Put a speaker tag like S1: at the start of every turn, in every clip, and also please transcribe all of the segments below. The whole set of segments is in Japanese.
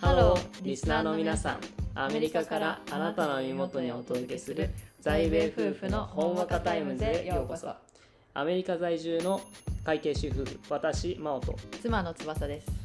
S1: ハローリスナーの皆さんアメリカからあなたの身元にお届けする在米夫婦のほんわかタイムズへようこそアメリカ在住の会計主婦私真央と
S2: 妻の翼です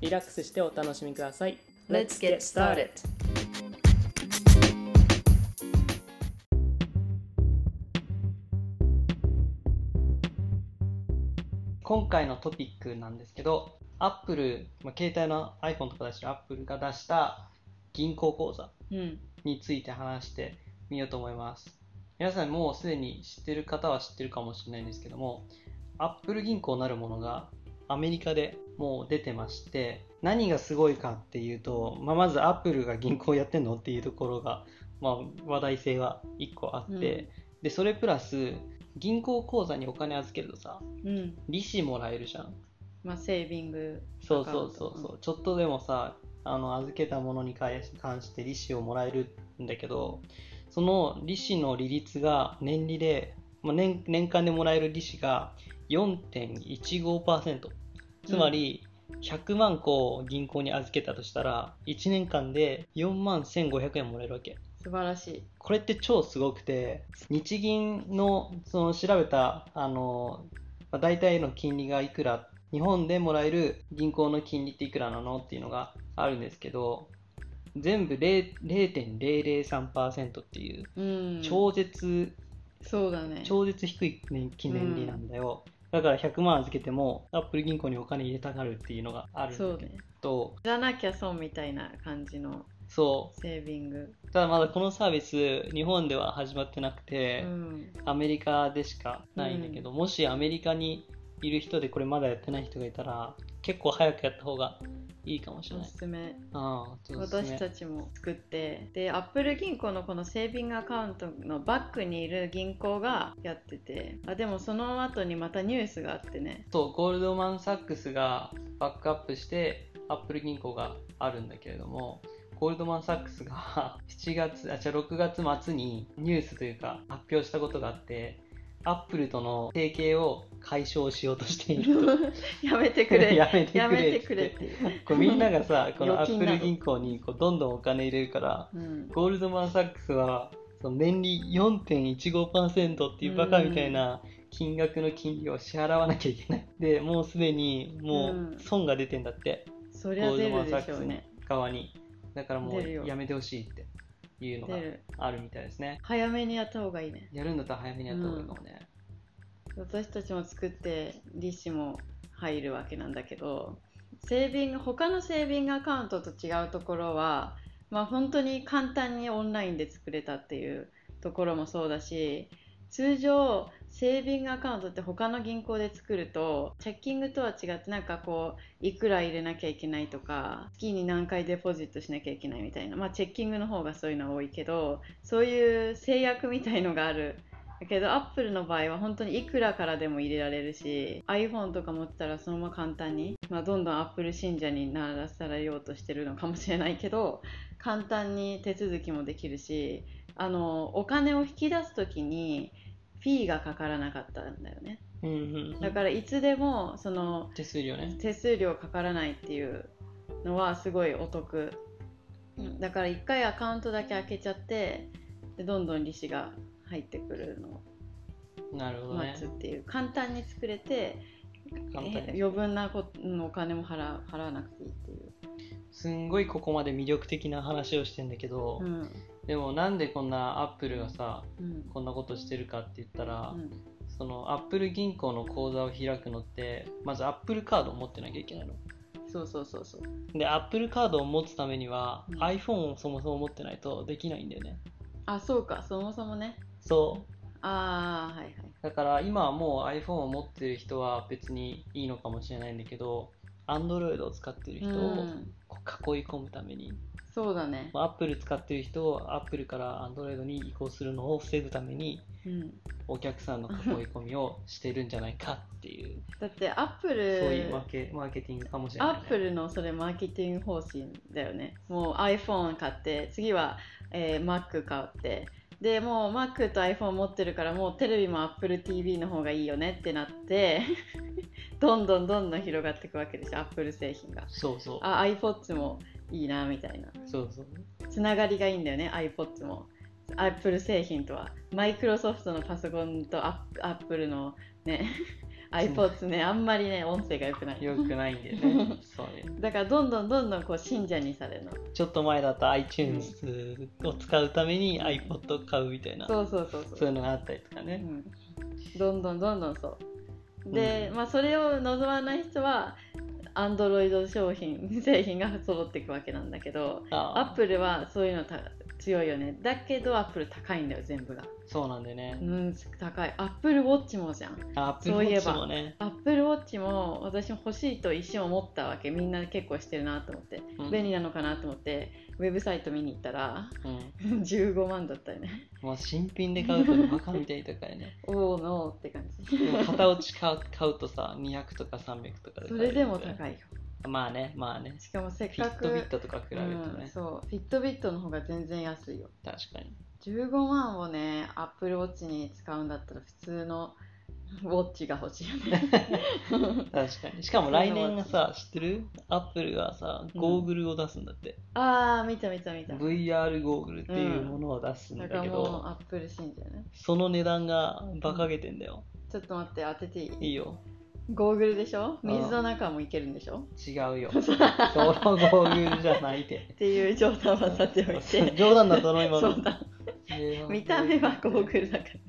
S1: リラックスしてお楽しみください
S2: Let's get started.
S1: 今回のトピックなんですけど Apple、まあ、携帯の iPhone とか出してる Apple が出した銀行口座
S2: うん
S1: について話してみようと思います。皆さんもうすでに知ってる方は知ってるかもしれないんですけども、アップル銀行なるものがアメリカでもう出てまして、何がすごいかっていうと、まあ、まずアップルが銀行やってんのっていうところが、まあ、話題性が1個あって、
S2: うん
S1: で、それプラス、銀行口座にお金預けるとさ、
S2: うん
S1: 利子もらえるじゃん。
S2: まあセービング
S1: そうそうそうそう、ちょっとでもさあの預けたものに関して利子をもらえるんだけどその利子の利率が年利で、まあ、年年間でもらえる利子が4.15%つまり100万個を銀行に預けたとしたら1年間で4万1500円もらえるわけ
S2: 素晴らしい
S1: これって超すごくて日銀のその調べたあの、まあ、大体の金利がいくら日本でもらえる銀行の金利っていくらなのっていうのがあるんですけど全部0 0.003%っていう
S2: うん
S1: 超絶、
S2: そうだね
S1: 超絶低い年金年利なんだよ、だから100万預けてもアップル銀行にお金入れたがるっていうのがあるん
S2: そう
S1: だけ
S2: ね
S1: ど
S2: じゃなきゃ損みたいな感じの
S1: そう
S2: セービング
S1: ただまだこのサービス日本では始まってなくて、
S2: うん
S1: アメリカでしかないんだけど、もしアメリカにいる人でこれまだやってない人がいたら結構早くやった方がいいかもしれ
S2: お
S1: ない
S2: す。すめ
S1: ああ
S2: 私たちも作ってでアップル銀行のこのセービングアカウントのバックにいる銀行がやっててあでもその後にまたニュースがあっ てね
S1: とゴールドマン・サックスがバックアップしてアップル銀行があるんだけれどもゴールドマン・サックスが 7月あじゃあ6月末にニュースというか発表したことがあってアップルとの提携を解消しようとしている
S2: やめてく れ
S1: やめてくれ
S2: やめてくれって、
S1: こうみんなが さこのア
S2: 預
S1: ッ
S2: 金
S1: プ
S2: なの
S1: ル銀行にこうどんどんお金入れるから
S2: うん、
S1: ゴールドマン・サックスはその年利4.15%っていうバカみたいな金額の金利を支払わなきゃいけない。でもうすでにも
S2: うん
S1: う損が出てんだって、
S2: そり
S1: ゴ
S2: ゃ
S1: ール
S2: 出
S1: ドマ
S2: る
S1: ン・サ
S2: で
S1: ッ
S2: し
S1: ク
S2: ょ
S1: ス
S2: うね
S1: 側に。だからも
S2: 出るよ
S1: うやめてほしいっていうのが
S2: 出る
S1: あるみたいですね。
S2: 早めにやった方がいいね
S1: やるんだったら早めにやった方がいいかもね。
S2: 私たちも作って利子も入るわけなんだけどセービング他のセービングアカウントと違うところは、まあ、本当に簡単にオンラインで作れたっていうところもそうだし通常セービングアカウントって他の銀行で作るとチェッキングとは違ってなんかこういくら入れなきゃいけないとか月に何回デポジットしなきゃいけないみたいな、まあ、チェッキングの方がそういうの多いけどそういう制約みたいのがあるだけどアップルの場合は本当にいくらからでも入れられるし iPhone とか持ってたらそのまま簡単に、まあ、どんどんアップル信者にならされようとしてるのかもしれないけど簡単に手続きもできるしあのお金を引き出す時にフィーがかからなかったんだよね
S1: うんうんう
S2: だ
S1: ん。
S2: からいつでもその
S1: 手数料ね。
S2: 手数料かからないっていうのはすごいお得だから1回アカウントだけ開けちゃってでどんどん利子が入ってくるのを
S1: なるほどね
S2: 待つ。っていう簡単に作れて
S1: 簡単
S2: え
S1: に。
S2: 余分なこうんお金も払う払わなくていいっていう、
S1: すんごいここまで魅力的な話をしてんだけど、
S2: うん
S1: でもなんでこんなアップルがさ
S2: うん
S1: こんなことしてるかって言ったら、
S2: うん
S1: そのアップル銀行の口座を開くのってまずアップルカードを持ってなきゃいけないの
S2: そうそうそうそう
S1: でアップルカードを持つためには、
S2: うん
S1: iPhone をそもそも持ってないとできないんだよね
S2: あそうかそもそもね
S1: そう
S2: ああはいはい
S1: だから今はもう iPhone を持ってる人は別にいいのかもしれないんだけど Android を使ってる人
S2: う
S1: を
S2: ん
S1: こう囲い込むために
S2: そうだね。
S1: まあ、Apple 使ってる人を Apple から Android に移行するのを防ぐために
S2: うん、
S1: お客さんの囲い込みをしてるんじゃないかっていう
S2: だってアップ
S1: そう
S2: ル
S1: いうマーケマーケティングかもしれない、ね、
S2: アップルのそれマーケティング方針だよね。もう iPhone 買って、次は、えー Mac 買って。でもう Mac と iPhone 持ってるからもうテレビも Apple TV の方がいいよねってなって どんどんどんどん広がっていくわけでしょ Apple 製品が
S1: そうそう
S2: あ iPods もいいなみたいな
S1: そうそう
S2: つながりがいいんだよね iPods も Apple 製品とはマイクロソフトのパソコンとアップルのね iPods ねあんまりね音声が良くない
S1: よくないんで ねそうね
S2: だからどんどんどんどんこう信者にされるの
S1: ちょっと前だと iTunes を使うために iPod を買うみたいな、
S2: そうそうそう
S1: そ
S2: そ
S1: い
S2: う、
S1: ううのがあったりとか
S2: う
S1: ね、
S2: ん、どんどんどんどんそうで、
S1: うん
S2: まあそれを望まない人はアンドロイド商品製品が揃っていくわけなんだけどア
S1: あ
S2: ップルはそういうのた強いよねだけどアップル高いんだよ全部が
S1: そうなんでね
S2: う、ん高いアップルウォッチもじゃん
S1: アップルウ
S2: そうい
S1: ォ
S2: え
S1: ッ
S2: ば
S1: チもね、
S2: アップルウォッチも私も欲しいと一瞬思ったわけみんな結構してるなと思って
S1: うん
S2: 便利なのかなと思ってウェブサイト見に行ったら
S1: うん、
S2: 15万だったよね
S1: もう新品で買うとバカみたいとかね
S2: おおのーって感じ
S1: でも片落ち買う買うとさ200とか300とかで買える
S2: それでも高
S1: い
S2: いよ
S1: まあねまあね
S2: しかもせっ
S1: フィ
S2: か
S1: ット
S2: く
S1: ビットとか比べると
S2: うん
S1: ね、
S2: そうフィットビットの方が全然安いよ
S1: 確かに
S2: 15万をねアップルウォッチに使うんだったら普通のウォッチが欲しい よね
S1: 確かにしかも来年がさ知ってるアップルがさゴーグルを出すんだって、
S2: ああ見た見た見た
S1: VR ゴーグルっていうものを出すんだ
S2: だから
S1: け
S2: も
S1: ど、
S2: うアップル信者ね
S1: その値段が馬鹿げてんだよ、
S2: ちょっと待って当てていい
S1: いいよ
S2: ゴーグルでしょ
S1: うん
S2: 水の中もいけるんでしょ
S1: 違うよ そのゴーグルじゃないで
S2: っていう冗談はさておい て
S1: 冗談だったの今
S2: そ
S1: の
S2: うだ
S1: いや
S2: 見た目はゴーグルだからね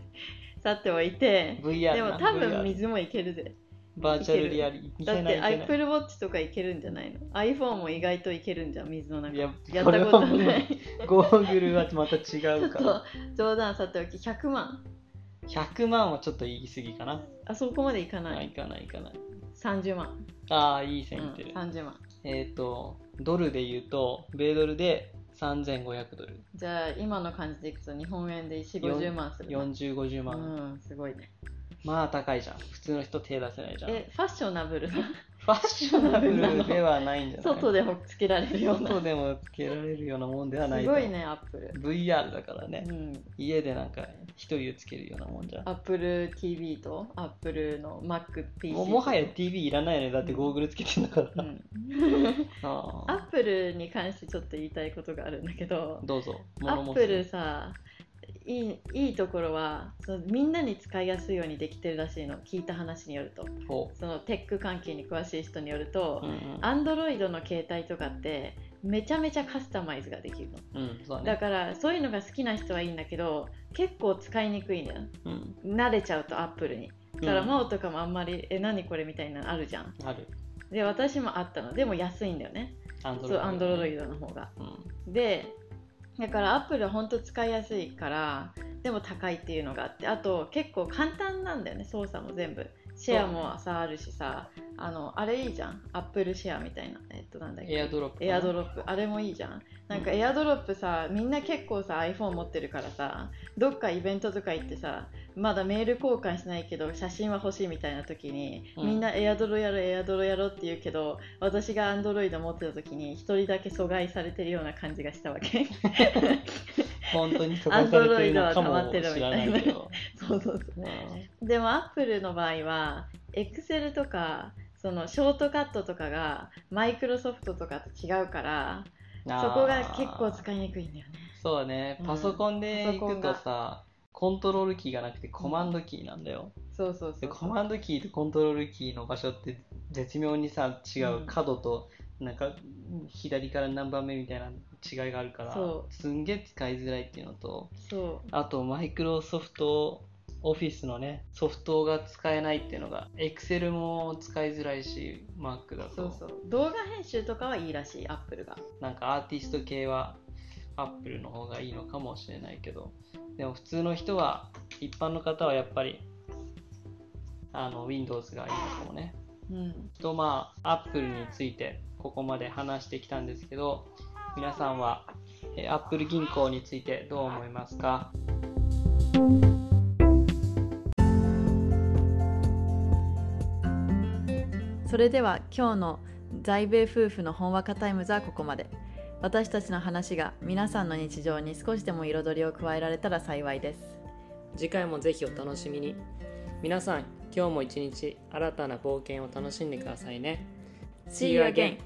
S2: さておいて
S1: VR
S2: でも
S1: な
S2: 多分
S1: VR
S2: 水もいけるぜ
S1: バーチャルリアリ
S2: だって
S1: いけない
S2: Apple Watch とかいけるんじゃないの ?iPhone も意外といけるんじゃん水の中
S1: いや
S2: やったこと
S1: これ
S2: な
S1: はいゴーグルはまた違
S2: ちょ
S1: う
S2: っ
S1: か
S2: と
S1: ら
S2: 冗談さておき100万
S1: 100万はちょっと言い過ぎかな、
S2: あそこまでいか
S1: あ
S2: ない
S1: いかないいかない
S2: 30万、
S1: ああいいう線い
S2: ん、
S1: ってる、
S2: 30万
S1: えっ、とドルで言うと米ドルで3500ドル
S2: じゃあ今の感じでいくと日本円で4 5 0万するな
S1: 4050万、
S2: うんすごいね
S1: まあ高いじゃん普通の人手出せないじゃん
S2: えファッショナブルな
S1: ファッショナブルではないんじゃない
S2: 外でもつけられるような
S1: 外でもつけられるようなもんではない
S2: す
S1: と
S2: ごいねアップル
S1: VR だからね、
S2: うん
S1: 家でなんか一人でつけるようなもんじゃん
S2: アップル TV とアップルの MacPC
S1: もうもはや TV いらないよねだってゴーグルつけてんだから、
S2: うん
S1: あ
S2: ア
S1: あ
S2: ップルに関してちょっと言いたいことがあるんだけど
S1: どうぞ
S2: ア
S1: 物
S2: ッ
S1: 申
S2: プ
S1: せ
S2: ルさいいいいところはそのみんなに使いやすいようにできてるらしいの聞いた話によると
S1: ほ
S2: そのテック関係に詳しい人による
S1: う
S2: と
S1: うんうん
S2: アンドロイドの携帯とかってめちゃめちゃカスタマイズができるの
S1: うんそうだね
S2: だからそういうのが好きな人はいいんだけど結構使いにくいんだよ
S1: うん
S2: 慣れちゃうとアップルにだからマオとかもあんまり「え何これ?」みたいなのあるじゃん
S1: うんある
S2: で私もあったのでも安いんだよね
S1: アンド
S2: そうアンド
S1: ロ
S2: ロイ
S1: イ
S2: ドの方が
S1: ドうん
S2: でだからアップルは本当使いやすいからでも高いっていうのがあってあと結構簡単なんだよね操作も全部シェアもさあるしさあのあれいいじゃんアップルシェアみたいなえっとなんだっけ
S1: エアドロップ
S2: エアド
S1: ロ
S2: ロップあれもいいじゃんなんかエアドロップさみんな結構さ iPhone 持ってるからさどっかイベントとか行ってさまだメール交換しないけど写真は欲しいみたいな時に、
S1: うん
S2: みんなエアドロやろエアドロやろって言うけど私が Android 持ってた時に一人だけ阻害されてるような感じがしたわ け
S1: 本当にそこされてるのか
S2: アン
S1: も
S2: ドロイドは溜まってる
S1: 知
S2: み
S1: ら
S2: た
S1: ない
S2: ない
S1: けど
S2: そうそうそ
S1: うん
S2: うでも Apple の場合は Excel とかそのショートカットとかが Microsoft とかと違うからそ
S1: あー
S2: こが結構使いにくいんだよね
S1: そうだね
S2: うん
S1: パソコンで行くと
S2: パソ
S1: さコントロールキーがなくてコマンドキーなんだよ
S2: そうそうそ
S1: で
S2: う
S1: コマンドキーとコントロールキーの場所って絶妙にさ違
S2: う
S1: うん角となんか左から何番目みたいな違いがあるから
S2: そ
S1: すんげえ使いづらいっていうのと
S2: そう
S1: あとマイクロソフトオフィスのねソフトが使えないっていうのが Excel も使いづらいし Mac だ
S2: そう
S1: と
S2: そう動画編集とかはいいらしいアップルが
S1: なんかアーティスト系は Apple の方がいいのかもしれないけどでも普通の人は一般の方はやっぱりあの Windows がいいのかもね
S2: うん
S1: とまあ Apple についてここまで話してきたんですけど皆さんは、えー、アップル銀行についてどう思いますか
S2: それでは今日の在米夫婦のほんわかタイムズはここまで私たちの話が皆さんの日常に少しでも彩りを加えられたら幸いです
S3: 次回もぜひお楽しみに皆さん今日も一日新たな冒険を楽しんでくださいね
S2: See you again!